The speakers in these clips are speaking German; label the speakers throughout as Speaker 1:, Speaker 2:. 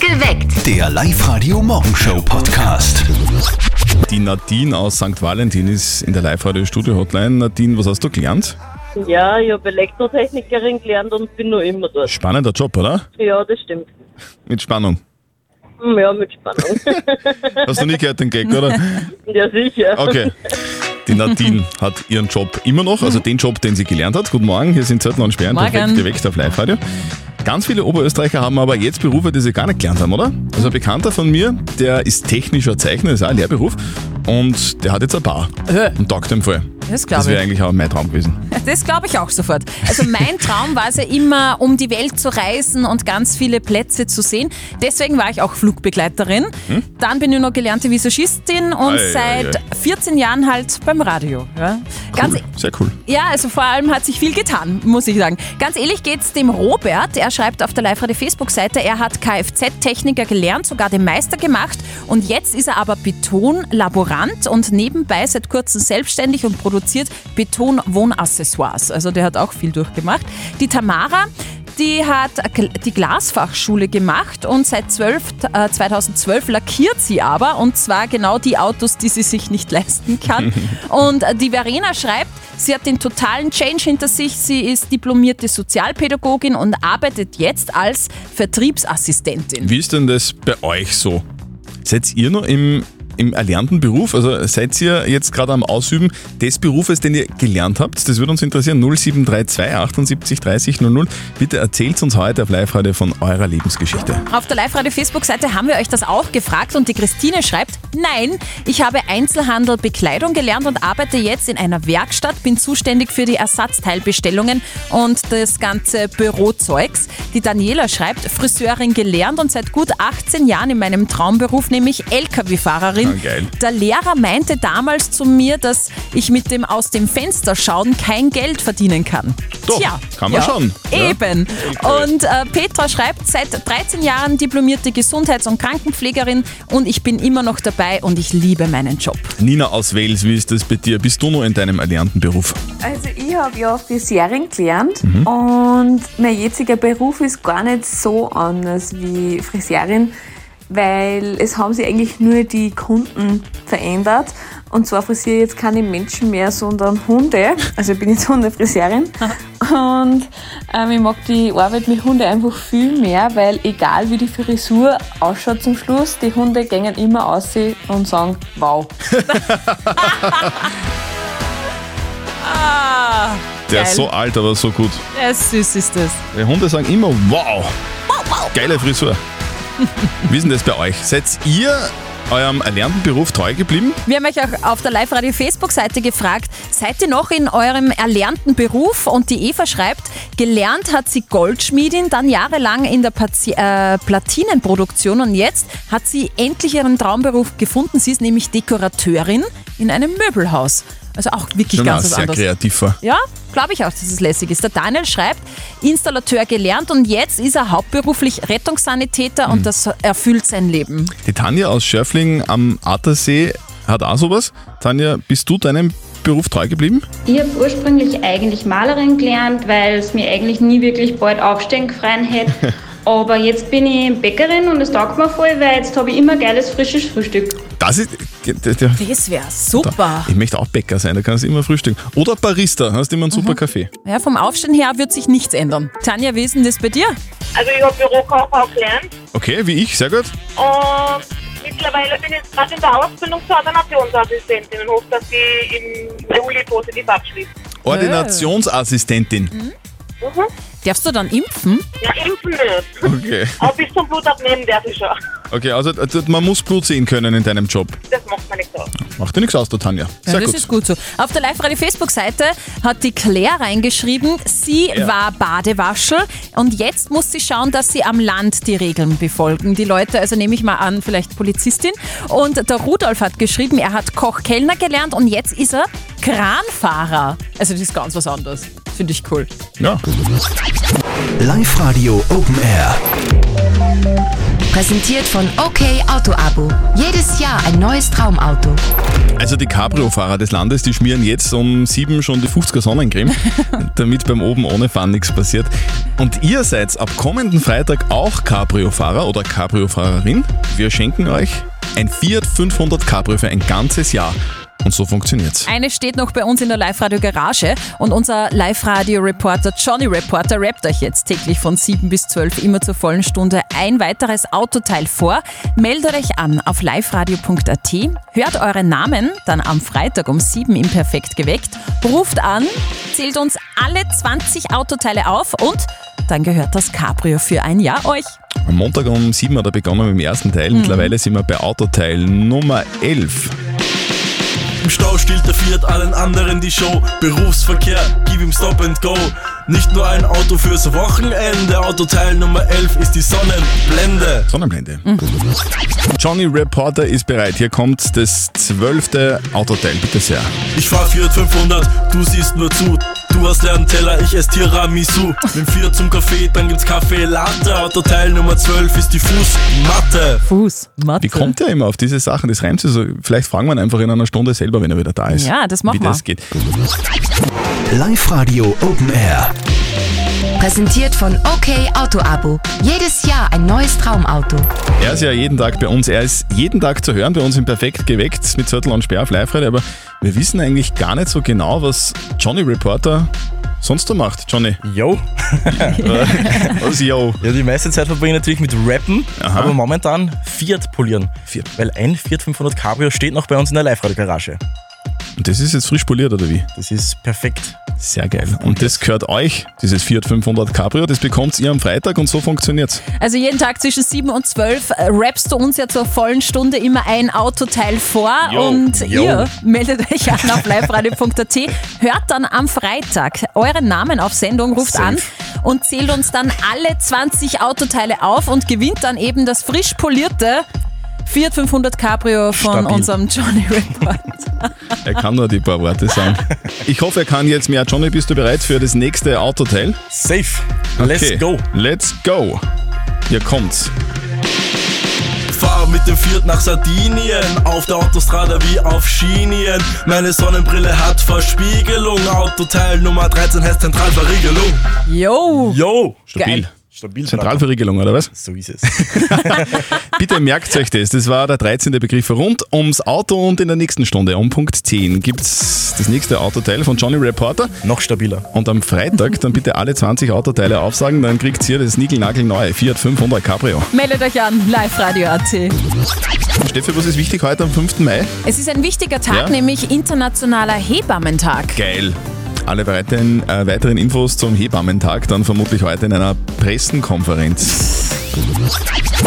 Speaker 1: Geweckt.
Speaker 2: Der Live-Radio-Morgenshow-Podcast.
Speaker 3: Die Nadine aus St. Valentin ist in der Live-Radio-Studio-Hotline. Nadine, was hast du gelernt?
Speaker 4: Ja, ich habe Elektrotechnikerin gelernt und bin nur immer dort.
Speaker 3: Spannender Job, oder?
Speaker 4: Ja, das stimmt.
Speaker 3: Mit Spannung.
Speaker 4: Hm, Ja, mit Spannung.
Speaker 3: Hast du nie gehört, den Gag, oder?
Speaker 4: ja, sicher.
Speaker 3: Okay. Die Nadine hat ihren Job immer noch, also den Job, den sie gelernt hat. Guten Morgen, hier sind Zettel und Sperren,
Speaker 5: Morgen.
Speaker 3: perfekt geweckt auf Live-Radio. Ganz viele Oberösterreicher haben aber jetzt Berufe, die sie gar nicht gelernt haben, oder? Also ein Bekannter von mir, der ist technischer Zeichner, ist auch ein Lehrberuf und der hat jetzt ein Bar
Speaker 5: Äh.
Speaker 3: und taugt dem voll.
Speaker 5: Das
Speaker 3: Das
Speaker 5: glaube
Speaker 3: wäre
Speaker 5: ich.
Speaker 3: eigentlich auch mein Traum gewesen.
Speaker 5: Das glaube ich auch sofort. Also mein Traum war es ja immer, um die Welt zu reisen und ganz viele Plätze zu sehen. Deswegen war ich auch Flugbegleiterin. Dann bin ich noch gelernte Visagistin und
Speaker 3: Hm? Ei,
Speaker 5: seit
Speaker 3: ei,
Speaker 5: 14 Jahren halt beim Radio. Ja. Ganz, e-
Speaker 3: Cool. Sehr cool.
Speaker 5: ja, also vor allem hat sich viel getan, muss ich sagen. Ganz ehrlich geht's dem Robert. Er schreibt auf der Live-Radio Facebook-Seite, er hat Kfz-Techniker gelernt, sogar den Meister gemacht. Und jetzt ist er aber Betonlaborant und nebenbei seit kurzem selbstständig und produziert Betonwohnaccessoires. Also der hat auch viel durchgemacht. Die Tamara, die hat die Glasfachschule gemacht und seit 12, äh, 2012 lackiert sie aber und zwar genau die Autos, die sie sich nicht leisten kann. Und äh, die Verena schreibt, sie hat den totalen Change hinter sich. Sie ist diplomierte Sozialpädagogin und arbeitet jetzt als Vertriebsassistentin.
Speaker 3: Wie ist denn das bei euch so? Seid ihr noch im, im erlernten Beruf? Also seid ihr jetzt gerade am Ausüben des Berufes, den ihr gelernt habt? Das würde uns interessieren. 0732 78 30 00. Bitte erzählt uns heute auf live heute von eurer Lebensgeschichte.
Speaker 5: Auf der Live-Radio-Facebook-Seite haben wir euch das auch gefragt und die Christine schreibt, nein, ich habe Einzelhandel Bekleidung gelernt und arbeite jetzt in einer Werkstatt, bin zuständig für die Ersatzteilbestellungen und das ganze Bürozeugs. Die Daniela schreibt, Friseurin gelernt und seit gut 18 Jahren in meinem Traumberuf, nämlich Lkw-Fahrerin.
Speaker 3: Ah, geil.
Speaker 5: Der Lehrer meinte damals zu mir, dass ich mit dem aus dem Fenster schauen kein Geld verdienen kann. Eh,
Speaker 3: Doch, kann man schon. Ja.
Speaker 5: Eben. Und äh, Petra schreibt, seit 13 Jahren diplomierte Gesundheits- und Krankenpflegerin und ich bin immer noch dabei und ich liebe meinen Job.
Speaker 3: Nina aus Wales, wie ist das bei dir? Bist du noch in deinem erlernten Beruf?
Speaker 6: Also ich habe ja Friseurin gelernt und mein jetziger Beruf ist gar nicht so anders wie Friseurin, weil es haben sich eigentlich nur die Kunden verändert. Und zwar frisiere ich jetzt keine Menschen mehr, sondern Hunde. Also ich bin jetzt Hundefriseurin. Und ähm, ich mag die Arbeit mit Hunden einfach viel mehr, weil egal wie die Frisur ausschaut zum Schluss, die Hunde gängen immer aus und sagen, wow.
Speaker 5: Ah,
Speaker 3: Der
Speaker 5: Geil.
Speaker 3: ist so alt, aber so gut.
Speaker 5: ja, süß ist das.
Speaker 3: Die Hunde sagen immer, wow, geile Frisur. wie ist denn das bei euch? Seid ihr eurem erlernten Beruf treu geblieben?
Speaker 5: Wir haben euch auch auf der Live-Radio-Facebook-Seite gefragt, seid ihr noch in eurem erlernten Beruf? Und die Eva schreibt, gelernt hat sie Goldschmiedin, dann jahrelang in der Pati äh, Platinenproduktion und jetzt hat sie endlich ihren Traumberuf gefunden. Sie ist nämlich Dekorateurin in einem Möbelhaus. Also auch wirklich
Speaker 3: Schon auch
Speaker 5: ganz was
Speaker 3: sehr
Speaker 5: anderes.
Speaker 3: kreativ war.
Speaker 5: Ja, glaube ich auch, dass es lässig ist. Der Daniel schreibt, Installateur gelernt und jetzt ist er hauptberuflich Rettungssanitäter und das erfüllt sein Leben.
Speaker 3: Die Tanja aus Schörfling am Attersee hat auch sowas. Tanja, bist du deinem Beruf treu geblieben?
Speaker 7: Ich habe ursprünglich eigentlich Malerin gelernt, weil es mir eigentlich nie wirklich bald aufstehen gefreien hätte. Aber jetzt bin ich Bäckerin und es taugt mir voll, weil jetzt habe ich immer geiles frisches Frühstück.
Speaker 3: Das ist. Der, der,
Speaker 5: Das wäre super.
Speaker 3: ich möchte auch Bäcker sein, da kannst du immer frühstücken. Oder Barista, hast immer einen
Speaker 5: Mhm.
Speaker 3: super Kaffee.
Speaker 5: Ja, vom Aufstehen her wird sich nichts ändern. Tanja, wie ist denn das bei dir?
Speaker 4: Also ich habe Bürokauffrau gelernt
Speaker 3: Okay, wie ich, sehr gut.
Speaker 4: und mittlerweile bin ich jetzt gerade in der Ausbildung zur Ordinationsassistentin und hoffe, dass sie im Juli positiv abschließt.
Speaker 3: Ordinationsassistentin.
Speaker 4: Mhm.
Speaker 5: Darfst du dann impfen?
Speaker 4: Ja, impfen nicht.
Speaker 3: Okay.
Speaker 4: Aber bis zum Blutabnehmen darf ich schon.
Speaker 3: Okay, also also man muss Blut sehen können in deinem Job.
Speaker 4: Das macht man nicht so.
Speaker 3: Macht dir nichts aus, der Tanja.
Speaker 5: Ja,
Speaker 3: Sehr
Speaker 5: das
Speaker 3: gut.
Speaker 5: ist gut so. Auf der Live-Radio-Facebook-Seite hat die Claire reingeschrieben, sie
Speaker 3: Ja.
Speaker 5: war Badewaschel und jetzt muss sie schauen, dass sie am Land die Regeln befolgen. Die Leute, also nehme ich mal an, vielleicht Polizistin. Und der Rudolf hat geschrieben, er hat Koch-Kellner gelernt und jetzt ist er Kranfahrer. Also das ist ganz was anderes. Finde ich cool.
Speaker 3: Ja.
Speaker 2: Live-Radio Open Air.
Speaker 1: Präsentiert von OK Auto Abo. Jedes Jahr ein neues Traumauto.
Speaker 3: Also die Cabrio-Fahrer des Landes, die schmieren jetzt um sieben schon die 50er Sonnencreme, damit beim Oben ohne Fahren nichts passiert. Und ihr seid ab kommenden Freitag auch Cabrio-Fahrer oder Cabrio-Fahrerin. Wir schenken euch ein Fiat 500 Cabrio für ein ganzes Jahr. Und so funktioniert's.
Speaker 5: Eine steht noch bei uns in der Live-Radio-Garage und unser Live-Radio-Reporter Johnny Reporter rappt euch jetzt täglich von 7 bis 12 immer zur vollen Stunde ein weiteres Autoteil vor. Meldet euch an auf liveradio.at, hört euren Namen dann am Freitag um 7 im Perfekt geweckt, ruft an, zählt uns alle 20 Autoteile auf und dann gehört das Cabrio für ein Jahr euch.
Speaker 3: Am Montag um sieben hat er begonnen mit dem ersten Teil. Mittlerweile sind wir bei Autoteil Nummer 11.
Speaker 2: Im Stau stiehlt der Fiat allen anderen die Show. Berufsverkehr, gib ihm Stop and Go. Nicht nur ein Auto fürs Wochenende. Autoteil Nummer 11 ist die Sonnenblende.
Speaker 3: Sonnenblende. Johnny Reporter ist bereit. Hier kommt das zwölfte Autoteil. Bitte sehr.
Speaker 2: Ich fahr Fiat 500, du siehst nur zu. Du hast leeren Teller, ich esse Tiramisu. Mit dem Fiat zum Kaffee, dann gibt's Kaffee Latte. Autoteil Nummer 12 ist die Fußmatte.
Speaker 5: Fuß, Mathe.
Speaker 3: Wie kommt er immer auf diese Sachen? Das reimt sich so. Vielleicht fragen wir ihn einfach in einer Stunde selber, wenn er wieder da ist.
Speaker 5: Ja, das machen
Speaker 3: Wie das
Speaker 5: wir.
Speaker 3: geht.
Speaker 8: Live-Radio Open Air.
Speaker 1: Präsentiert von OK Auto Abo. Jedes Jahr ein neues Traumauto.
Speaker 3: Er ist ja jeden Tag bei uns. Er ist jeden Tag zu hören bei uns im Perfekt geweckt mit Zettel und Sperr auf live -Radio. Aber wir wissen eigentlich gar nicht so genau, was Johnny Reporter sonst so macht. Johnny, E
Speaker 9: Yo.
Speaker 3: was yo?
Speaker 9: Ja, die meiste Zeit verbringe ich natürlich mit Rappen, aber momentan Fiat polieren.
Speaker 3: Fiat.
Speaker 9: Weil ein Fiat 500 Cabrio steht noch bei uns in der Live-Radio-Garage.
Speaker 3: Und das ist jetzt frisch poliert, oder wie?
Speaker 9: Das ist perfekt.
Speaker 3: Sehr geil. Und das gehört euch, dieses Fiat 500 Cabrio. Das bekommt ihr am Freitag und so funktioniert's.
Speaker 5: Also jeden Tag zwischen 7 und 12 äh, rappst du uns ja zur vollen Stunde immer ein Autoteil vor
Speaker 3: Jo,
Speaker 5: und
Speaker 3: jo.
Speaker 5: ihr meldet euch an auf liveradio.at, hört dann am Freitag euren Namen auf Sendung, ruft an und zählt uns dann alle 20 Autoteile auf und gewinnt dann eben das frisch polierte Fiat 500 Cabrio von
Speaker 9: Stabil.
Speaker 5: unserem Johnny Report.
Speaker 3: Er kann nur die paar Worte sagen. Ich hoffe, er kann jetzt mehr. Johnny, bist du bereit für das nächste Autoteil?
Speaker 9: Safe. Let's
Speaker 3: Okay.
Speaker 9: go.
Speaker 3: Let's go. Hier kommt's.
Speaker 2: Fahr mit dem Fiat nach Sardinien, auf der Autostrada wie auf Schienien. Meine Sonnenbrille hat Verspiegelung, Autoteil Nummer 13 heißt Zentralverriegelung.
Speaker 5: Yo!
Speaker 9: Yo.
Speaker 3: Stabil.
Speaker 9: Stabil. Blatter.
Speaker 3: Zentralverriegelung, oder was?
Speaker 9: So ist es.
Speaker 3: Bitte merkt euch das. Das war der 13. Begriff rund ums Auto und in der nächsten Stunde um Punkt 10 gibt's das nächste Autoteil von Johnny Reporter.
Speaker 9: noch stabiler.
Speaker 3: Und am Freitag dann bitte alle 20 Autoteile aufsagen, dann kriegt ihr das nickelnagelneue Fiat 500 Cabrio.
Speaker 5: Meldet euch an, liveradio.at.
Speaker 3: Steffi, was ist wichtig heute am 5. Mai?
Speaker 5: Es ist ein wichtiger Tag,
Speaker 3: Ja?
Speaker 5: nämlich Internationaler Hebammentag.
Speaker 3: Geil. Alle weiteren, äh, weiteren Infos zum Hebammentag dann vermutlich heute in einer Pressenkonferenz.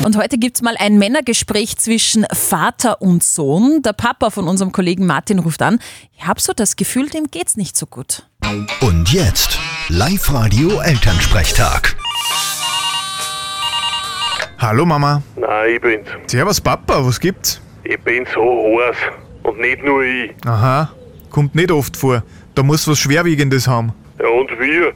Speaker 5: Und heute gibt's mal ein Männergespräch zwischen Vater und Sohn. Der Papa von unserem Kollegen Martin ruft an. Ich habe so das Gefühl, dem geht's nicht so gut.
Speaker 8: Und jetzt Live-Radio Elternsprechtag.
Speaker 10: Hallo Mama.
Speaker 11: Nein, ich bin's.
Speaker 10: Servus Papa, was gibt's?
Speaker 11: Ich bin so heiß. Und nicht nur ich.
Speaker 10: Aha, kommt nicht oft vor. Da muss was Schwerwiegendes haben.
Speaker 11: Ja, und wir.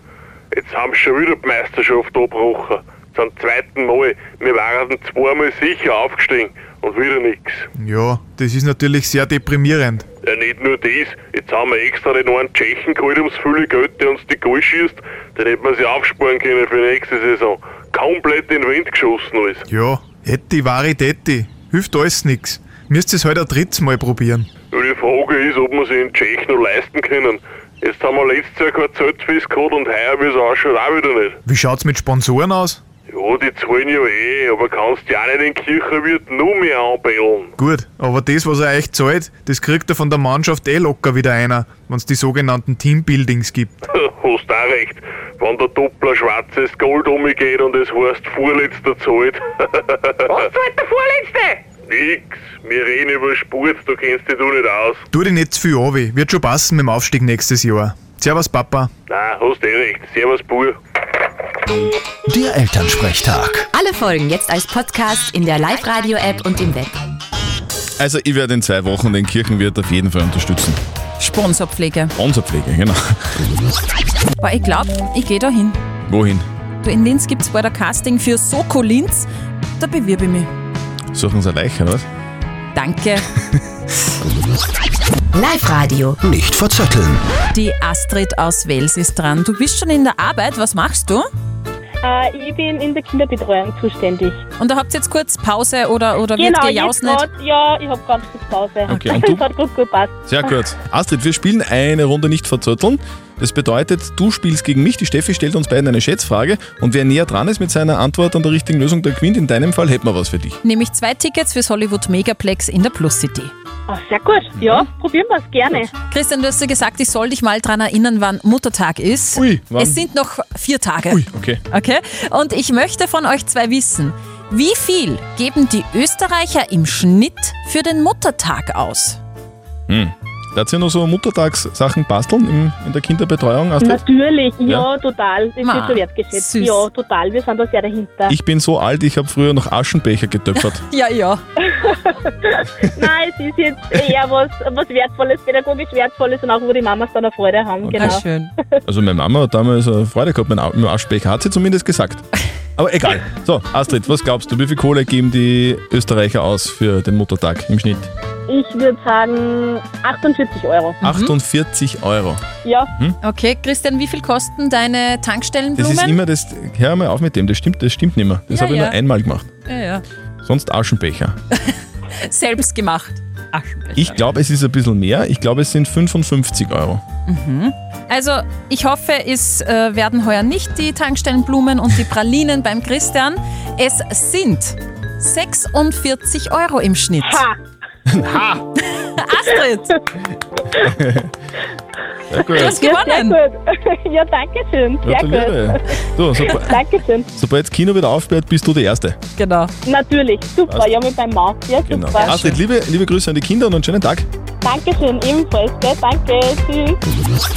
Speaker 11: Jetzt haben sie schon wieder die Meisterschaft abgebrochen. Zum zweiten Mal. Wir waren zweimal sicher aufgestiegen. Und wieder nix.
Speaker 10: Ja, das ist natürlich sehr deprimierend.
Speaker 11: Ja, nicht nur das. Jetzt haben wir extra den einen Tschechen geholt ums viele Geld, der uns die Goal schießt. Den hätten wir sich aufsparen können für nächste Saison. Komplett in den Wind geschossen alles.
Speaker 10: Ja, hätte wahre Tätti. Hilft alles nix. Müsst es halt ein drittes Mal probieren.
Speaker 11: Ja, die Frage ist, ob wir sie in Tschechien noch leisten können. Jetzt haben wir letztes Jahr kein Zeltfest gehabt und heuer, wie es ausschaut, auch wieder nicht.
Speaker 10: Wie schaut's mit Sponsoren aus?
Speaker 11: Ja, die zahlen ja eh, aber kannst ja auch nicht den Kirchenwirt nur mehr anbellen.
Speaker 10: Gut, aber das, was er euch zahlt, das kriegt er von der Mannschaft eh locker wieder einer, wenn's die sogenannten Teambuildings gibt.
Speaker 11: Hast auch recht, wenn der Doppler schwarzes Gold umgeht und es heißt vorletzter zahlt.
Speaker 4: Was zahlt der Vorletzte?
Speaker 11: Nix, wir reden über Sport, da kennst dich du nicht aus.
Speaker 10: Tu dir nicht zu viel an, weh. wird schon passen mit dem Aufstieg nächstes Jahr. Servus Papa.
Speaker 11: Nein, hast eh recht, servus Bur.
Speaker 8: Der Elternsprechtag.
Speaker 1: Alle Folgen jetzt als Podcast in der Live-Radio-App und im Web.
Speaker 3: Also ich werde in zwei Wochen den Kirchenwirt auf jeden Fall unterstützen.
Speaker 5: Sponsorpflege.
Speaker 3: Sponsorpflege, genau.
Speaker 5: Aber ich glaube, ich gehe da hin.
Speaker 3: Wohin?
Speaker 5: Du, in Linz gibt's bald ein Casting für Soko Linz. da bewirbe ich mich.
Speaker 3: Suchen Sie eine Leiche, oder was?
Speaker 5: Danke.
Speaker 1: Live-Radio.
Speaker 8: Nicht verzetteln.
Speaker 5: Die Astrid aus Wels ist dran. Du bist schon in der Arbeit. Was machst du?
Speaker 12: Äh, ich bin in der Kinderbetreuung zuständig.
Speaker 5: Und da habt ihr jetzt kurz Pause oder, oder
Speaker 12: genau,
Speaker 5: wird
Speaker 12: jetzt
Speaker 5: gejausnet?
Speaker 12: grad, ja, ich habe ganz kurz Pause.
Speaker 3: Okay, und du?
Speaker 12: Das hat gut gepasst.
Speaker 3: Sehr gut. Astrid, wir spielen eine Runde nicht verzötteln. Das bedeutet, du spielst gegen mich, die Steffi stellt uns beiden eine Schätzfrage und wer näher dran ist mit seiner Antwort an der richtigen Lösung, der gewinnt. In deinem Fall hätten wir was für dich.
Speaker 5: Nämlich zwei Tickets fürs Hollywood Megaplex in der Plus City.
Speaker 12: Ah, sehr gut. Ja, probieren wir es gerne.
Speaker 5: Christian, du hast ja gesagt, ich soll dich mal dran erinnern, wann Muttertag ist.
Speaker 3: Ui, wann?
Speaker 5: Es sind noch vier Tage.
Speaker 3: Okay.
Speaker 5: Okay? Und ich möchte von euch zwei wissen, wie viel geben die Österreicher im Schnitt für den Muttertag aus?
Speaker 3: Hm. Darf ihr noch so Muttertagssachen basteln im, in der Kinderbetreuung, Astrid?
Speaker 12: Natürlich, ja,
Speaker 3: Ja.
Speaker 12: total. Das
Speaker 5: Ma,
Speaker 12: wird so wertgeschätzt.
Speaker 5: süß.
Speaker 12: Ja, total. Wir sind da sehr dahinter.
Speaker 3: Ich bin so alt, ich habe früher noch Aschenbecher getöpfert.
Speaker 5: Ja, ja.
Speaker 12: Nein, es ist jetzt eher was, was Wertvolles, pädagogisch Wertvolles und auch, wo die Mamas dann eine Freude haben. Genau.
Speaker 5: schön.
Speaker 3: Also meine Mama hat damals eine Freude gehabt mit dem Aschenbecher, hat sie zumindest gesagt. Aber egal. So, Astrid, was glaubst du, wie viel Kohle geben die Österreicher aus für den Muttertag im Schnitt?
Speaker 5: Mhm.
Speaker 12: Ich würde sagen 48 Euro.
Speaker 3: 48 Euro.
Speaker 12: Ja,
Speaker 5: Okay, Christian, wie viel kosten deine
Speaker 3: Das
Speaker 5: Tankstellenblumen?
Speaker 3: ist immer das, hör mal auf mit dem, das stimmt, das stimmt nicht mehr. Das
Speaker 5: Ja,
Speaker 3: habe ich
Speaker 5: ja.
Speaker 3: nur einmal gemacht.
Speaker 5: ja, ja.
Speaker 3: Sonst Aschenbecher.
Speaker 5: Selbst gemacht. Aschenbecher.
Speaker 3: Ich glaube, es ist ein bisschen mehr. Ich glaube, es sind 55 Euro.
Speaker 5: Mhm. Also, ich hoffe, es äh, werden heuer nicht die Tankstellenblumen und die Pralinen beim Christian. Es sind 46 Euro im Schnitt.
Speaker 12: Ha!
Speaker 3: Ha!
Speaker 5: Astrid,
Speaker 3: Ja, gut.
Speaker 5: du hast gewonnen.
Speaker 12: sehr gut. Ja, danke schön. Sehr gut.
Speaker 3: Gratuliere. So, sobald
Speaker 12: Danke schön.
Speaker 3: sobald das Kino wieder aufsperrt, bist du die Erste.
Speaker 5: Genau.
Speaker 12: Natürlich, super. Ja, mit meinem Mann. Ja, super.
Speaker 3: Genau. Astrid, liebe, liebe Grüße an die Kinder und einen schönen Tag.
Speaker 12: Dankeschön, ebenfalls. Gell? Danke, tschüss.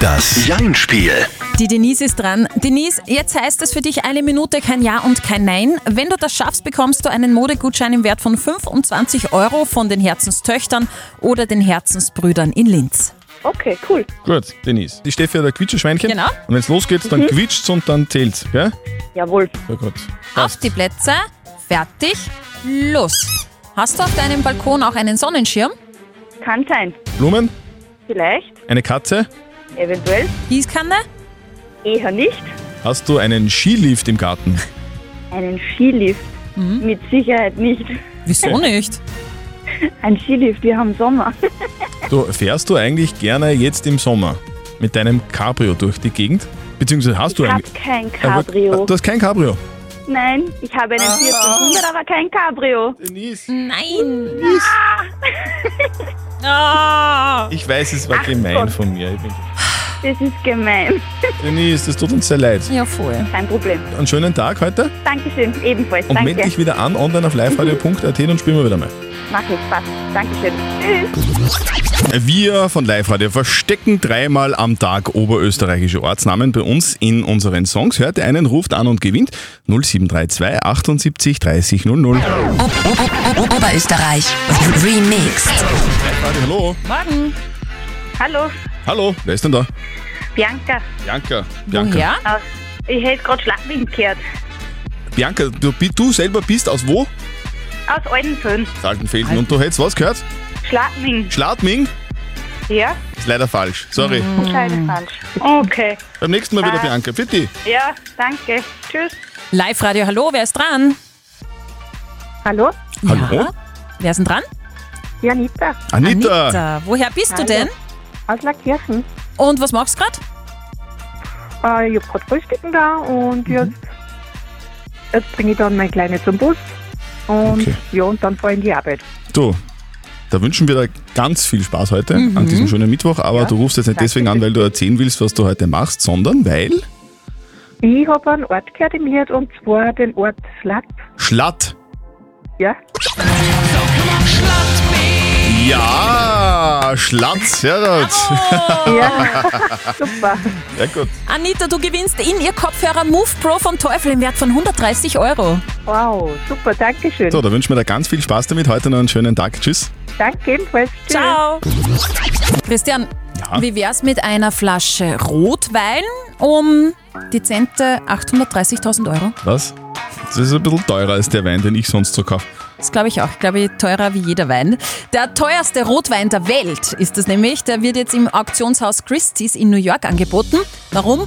Speaker 8: Das Jein-Spiel.
Speaker 5: Die Denise ist dran. Denise, jetzt heißt es für dich eine Minute kein Ja und kein Nein. Wenn du das schaffst, bekommst du einen Modegutschein im Wert von 25 Euro von den Herzenstöchtern oder den Herzensbrüdern in Linz.
Speaker 12: Okay, cool.
Speaker 3: Gut, Denise. Die Steffi hat ein Quietscherschweinchen.
Speaker 5: Genau.
Speaker 3: Und wenn es losgeht, dann
Speaker 5: Mhm.
Speaker 3: quietscht's und dann zählt's. Gell?
Speaker 12: Jawohl.
Speaker 3: Ja, gut.
Speaker 5: Auf die Plätze, fertig, los. Hast du auf deinem Balkon auch einen Sonnenschirm?
Speaker 12: Kann sein.
Speaker 3: Blumen,
Speaker 12: Vielleicht,
Speaker 3: eine Katze.
Speaker 12: eventuell.
Speaker 5: Gießkanne?
Speaker 12: Eher nicht.
Speaker 3: Hast du einen Skilift im Garten?
Speaker 12: Einen Skilift? Mit Sicherheit nicht.
Speaker 5: Wieso nicht?
Speaker 12: Ein Skilift, wir haben Sommer.
Speaker 3: Du, fährst du eigentlich gerne jetzt im Sommer mit deinem Cabrio durch die Gegend? Beziehungsweise hast du
Speaker 12: ich habe
Speaker 3: eigentlich.
Speaker 12: kein
Speaker 3: Aber-
Speaker 12: Cabrio.
Speaker 3: Du hast kein Cabrio.
Speaker 12: Nein, ich habe einen 1400, aber kein Cabrio.
Speaker 3: Denise.
Speaker 5: Nein. Ah.
Speaker 3: Ich weiß, es war gemein von mir. Ich bin-
Speaker 12: Das ist gemein.
Speaker 3: Denise, das tut uns sehr leid.
Speaker 5: Ja, voll.
Speaker 12: Kein Problem.
Speaker 3: Einen schönen Tag heute
Speaker 12: Dankeschön, ebenfalls.
Speaker 3: und melde
Speaker 12: Danke.
Speaker 3: dich wieder an online auf liveradio.at und spielen wir wieder mal.
Speaker 12: Mach ich Spaß. Dankeschön. Tschüss.
Speaker 3: Wir von Live Radio verstecken dreimal am Tag oberösterreichische Ortsnamen bei uns in unseren Songs. Hört ihr einen, ruft an und gewinnt 0732 78 30 00.
Speaker 1: Oberösterreich. Remixed.
Speaker 3: Hallo.
Speaker 5: Morgen.
Speaker 12: Hallo,
Speaker 3: Hallo, wer ist denn da?
Speaker 12: Bianca.
Speaker 3: Bianca. Bianca.
Speaker 12: Aus- Ich hätte gerade Schlagwind gehört.
Speaker 3: Bianca, du, bi- du selber bist aus wo?
Speaker 12: Aus Oldenfön.
Speaker 3: Altenfelden. Und du hättest was gehört?
Speaker 12: Schlagwind.
Speaker 3: Schladming?
Speaker 12: Ja?
Speaker 3: Ist leider falsch. Sorry.
Speaker 13: Mhm.
Speaker 12: Keine falsch. Okay.
Speaker 3: Beim nächsten Mal wieder
Speaker 12: Ah.
Speaker 3: Bianca. Bitte.
Speaker 12: Ja, danke. Tschüss.
Speaker 5: Live-Radio, hallo, wer ist dran?
Speaker 12: Hallo?
Speaker 3: Hallo?
Speaker 5: Ja. Wer ist denn dran?
Speaker 12: Janita.
Speaker 3: Anita.
Speaker 5: Anita. Woher bist du
Speaker 12: Hallo.
Speaker 5: denn?
Speaker 12: Aus Lackirchen.
Speaker 5: Und was machst du gerade?
Speaker 12: Äh, ich hab grad Frühstücken da und jetzt, jetzt bringe ich dann meine Kleine zum Bus. Und
Speaker 3: Okay.
Speaker 12: ja, und dann fahre ich in die Arbeit.
Speaker 3: Du, da wünschen wir dir ganz viel Spaß heute an
Speaker 12: Mhm.
Speaker 3: diesem schönen Mittwoch. Aber du rufst jetzt nicht deswegen an, weil du erzählen willst, was du heute machst, sondern weil
Speaker 12: Ich habe einen Ort gehört im Lied und zwar den Ort Schlack.
Speaker 3: Schlatt.
Speaker 12: Ja.
Speaker 3: Ja, Schlatt, sehr gut.
Speaker 12: Super.
Speaker 3: Sehr gut.
Speaker 5: Anita, du gewinnst in ihr Kopfhörer Move Pro von Teufel im Wert von 130 Euro.
Speaker 12: Wow, super, danke schön.
Speaker 3: So, da wünschen wir dir ganz viel Spaß damit. Heute noch einen schönen Tag. Tschüss.
Speaker 12: Danke ebenfalls. Tschüss.
Speaker 5: Ciao. Christian,
Speaker 3: Ja.
Speaker 5: Wie wär's mit einer Flasche Rotwein um dezente 830.000 Euro?
Speaker 3: Was? Das ist ein bisschen teurer als der Wein, den ich sonst so kaufe.
Speaker 5: Das glaube ich auch. Ich glaube, teurer wie jeder Wein. Der teuerste Rotwein der Welt ist das nämlich. Der wird jetzt im Auktionshaus Christie's in New York angeboten. Warum?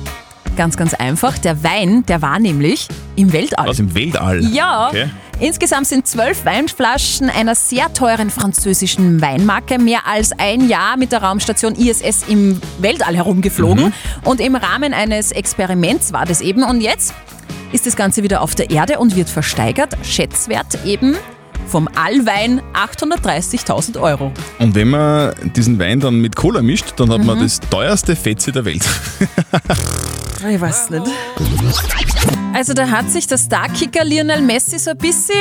Speaker 5: Ganz, ganz einfach. Der Wein, der war nämlich im Weltall.
Speaker 3: Aus dem Weltall?
Speaker 5: Ja.
Speaker 3: Okay.
Speaker 5: Insgesamt sind zwölf Weinflaschen einer sehr teuren französischen Weinmarke mehr als ein Jahr mit der Raumstation ISS im Weltall herumgeflogen.
Speaker 14: Mhm.
Speaker 5: Und im Rahmen eines Experiments war das eben. Und jetzt ist das Ganze wieder auf der Erde und wird versteigert. Schätzwert eben vom Allwein 830.000 Euro.
Speaker 3: Und wenn man diesen Wein dann mit Cola mischt, dann hat man
Speaker 5: Mhm.
Speaker 3: das teuerste Fetze der Welt.
Speaker 5: Ich weiß nicht. Also da hat sich der Starkicker Lionel Messi so ein bisschen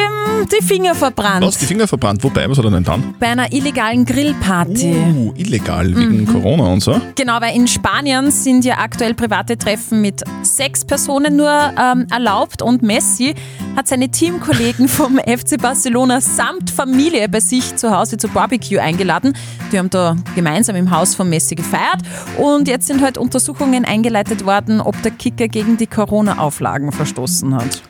Speaker 5: die Finger verbrannt.
Speaker 3: Was? Die Finger verbrannt? Wobei, was hat er denn dann?
Speaker 5: Bei einer illegalen Grillparty.
Speaker 3: Uh, illegal, wegen Corona und so.
Speaker 5: Genau, weil in Spanien sind ja aktuell private Treffen mit sechs Personen nur ähm, erlaubt und Messi hat seine Teamkollegen vom FC Barcelona samt Familie bei sich zu Hause zu Barbecue eingeladen. Die haben da gemeinsam im Haus von Messi gefeiert und jetzt sind halt Untersuchungen eingeleitet worden, ob der Kicker gegen die Corona-Auflagen verstoßen hat.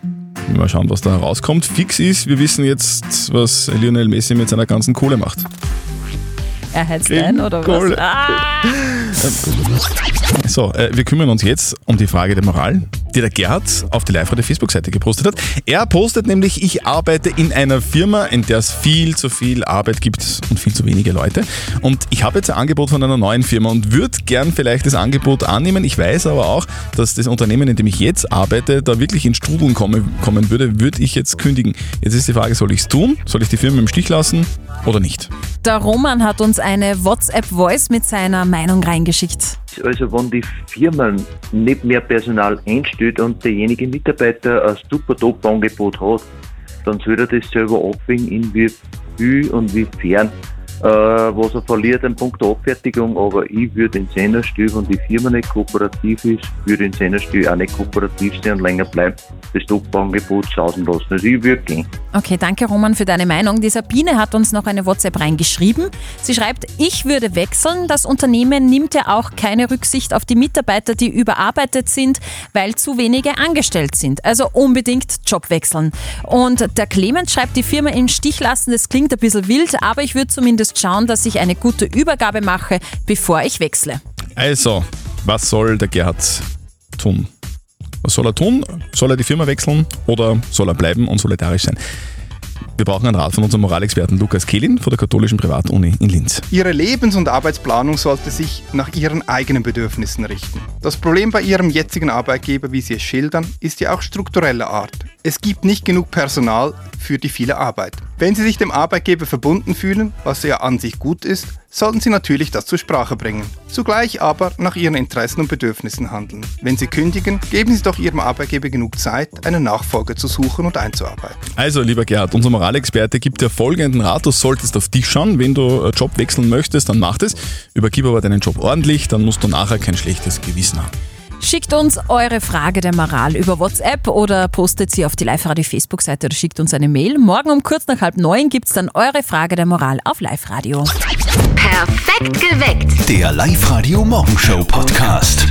Speaker 3: Mal schauen, was da herauskommt. Fix ist, wir wissen jetzt, was Lionel Messi mit seiner ganzen Kohle macht.
Speaker 5: Er heizt
Speaker 3: Gegen
Speaker 5: ein oder was?
Speaker 3: Kohle.
Speaker 5: Ah!
Speaker 3: So, äh, wir kümmern uns jetzt um die Frage der Moral, die der Gerhard auf die live der Facebook-Seite gepostet hat. Er postet nämlich, ich arbeite in einer Firma, in der es viel zu viel Arbeit gibt und viel zu wenige Leute. Und ich habe jetzt ein Angebot von einer neuen Firma und würde gern vielleicht das Angebot annehmen. Ich weiß aber auch, dass das Unternehmen, in dem ich jetzt arbeite, da wirklich in Strudeln komme, kommen würde, würde ich jetzt kündigen. Jetzt ist die Frage, soll ich es tun? Soll ich die Firma im Stich lassen oder nicht?
Speaker 5: Der Roman hat uns eine WhatsApp-Voice mit seiner Meinung reingeschickt.
Speaker 13: Also wenn die Firmen nicht mehr Personal einstellt und derjenige Mitarbeiter ein super Top-Angebot hat, dann soll er das selber abwägen, in wie viel und wie fern äh, was er verliert an Punkt der Abfertigung. Aber ich würde in seiner Stelle, wenn die Firma nicht kooperativ ist, würde in seiner Stelle auch nicht kooperativ sein und länger bleiben, das Top-Angebot sausen lassen. Also ich würde gehen.
Speaker 5: Okay, danke Roman für deine Meinung. Die Sabine hat uns noch eine WhatsApp reingeschrieben. Sie schreibt, ich würde wechseln. Das Unternehmen nimmt ja auch keine Rücksicht auf die Mitarbeiter, die überarbeitet sind, weil zu wenige angestellt sind. Also unbedingt Job wechseln. Und der Clemens schreibt, die Firma im Stich lassen, das klingt ein bisschen wild, aber ich würde zumindest schauen, dass ich eine gute Übergabe mache, bevor ich wechsle.
Speaker 3: Also, was soll der Gerhard tun? Was soll er tun? Soll er die Firma wechseln oder soll er bleiben und solidarisch sein? Wir brauchen einen Rat von unserem Moralexperten Lukas Kehlin von der katholischen Privatuni in Linz.
Speaker 15: Ihre Lebens- und Arbeitsplanung sollte sich nach Ihren eigenen Bedürfnissen richten. Das Problem bei Ihrem jetzigen Arbeitgeber, wie Sie es schildern, ist ja auch struktureller Art. Es gibt nicht genug Personal für die viele Arbeit. Wenn Sie sich dem Arbeitgeber verbunden fühlen, was ja an sich gut ist, sollten Sie natürlich das zur Sprache bringen. Zugleich aber nach Ihren Interessen und Bedürfnissen handeln. Wenn Sie kündigen, geben Sie doch Ihrem Arbeitgeber genug Zeit, einen Nachfolger zu suchen und einzuarbeiten.
Speaker 3: Also, lieber Gerhard, unser Moralexperte gibt dir folgenden Rat. Du solltest auf dich schauen. Wenn du einen Job wechseln möchtest, dann mach das. Übergib aber deinen Job ordentlich, dann musst du nachher kein schlechtes Gewissen haben.
Speaker 5: Schickt uns eure Frage der Moral über WhatsApp oder postet sie auf die Live-Radio-Facebook-Seite oder schickt uns eine Mail. Morgen um kurz nach halb neun gibt es dann eure Frage der Moral auf Live-Radio.
Speaker 1: Perfekt geweckt.
Speaker 8: Der Live-Radio Morgenshow Podcast.